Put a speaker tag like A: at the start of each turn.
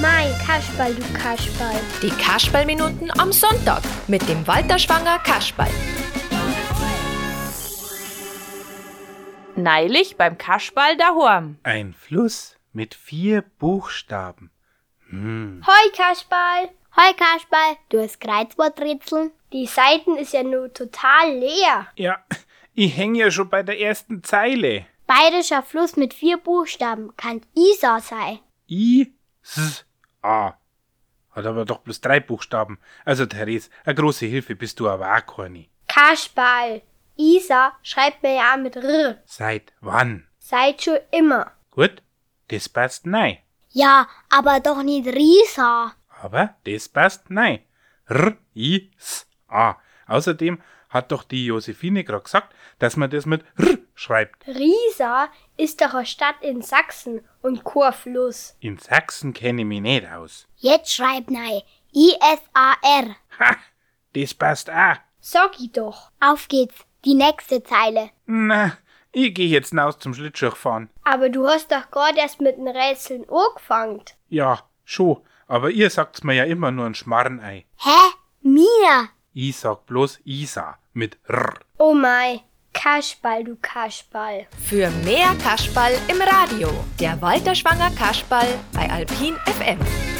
A: Mein Kasperl, du Kasperl.
B: Die Kasperlminuten am Sonntag mit dem Walter Schwanger Kasperl.
C: Neulich beim Kaschball daheim.
D: Ein Fluss mit vier Buchstaben. Hm.
A: Hoi Kasperl.
E: Hoi Kasperl, du hast Kreuzworträtseln?
A: Die Seiten ist ja nur total leer.
D: Ja, ich hänge ja schon bei der ersten Zeile.
E: Bayerischer Fluss mit vier Buchstaben kann Isar sein.
D: I, S, A. Hat aber doch bloß drei Buchstaben. Also, Therese, eine große Hilfe bist du aber auch keine.
A: Kasperl. Isa schreibt mir ja mit R.
D: Seit wann?
A: Seit schon immer.
D: Gut, das passt nein.
E: Ja, aber doch nicht Risa.
D: Aber das passt nein. R, I, S, A. Außerdem hat doch die Josephine gerade gesagt, dass man das mit R schreibt.
A: Riesa ist doch eine Stadt in Sachsen und Kurfluss.
D: In Sachsen kenne ich mich nicht aus.
E: Jetzt schreib nein. I-S-A-R.
D: Ha, das passt auch.
A: Sag ich doch.
E: Auf geht's. Die nächste Zeile.
D: Na, ich gehe jetzt naus zum Schlittschuhfahren.
A: Aber du hast doch gerade erst mit den Rätseln angefangen.
D: Ja, schon. Aber ihr sagt's mir ja immer nur ein Schmarrnei.
E: Hä? Mir?
D: Ich sag bloß Isa mit R.
A: Oh mein, Kasperl, du Kasperl.
B: Für mehr Kasperl im Radio. Der Walter Schwanger Kasperl bei Alpin FM.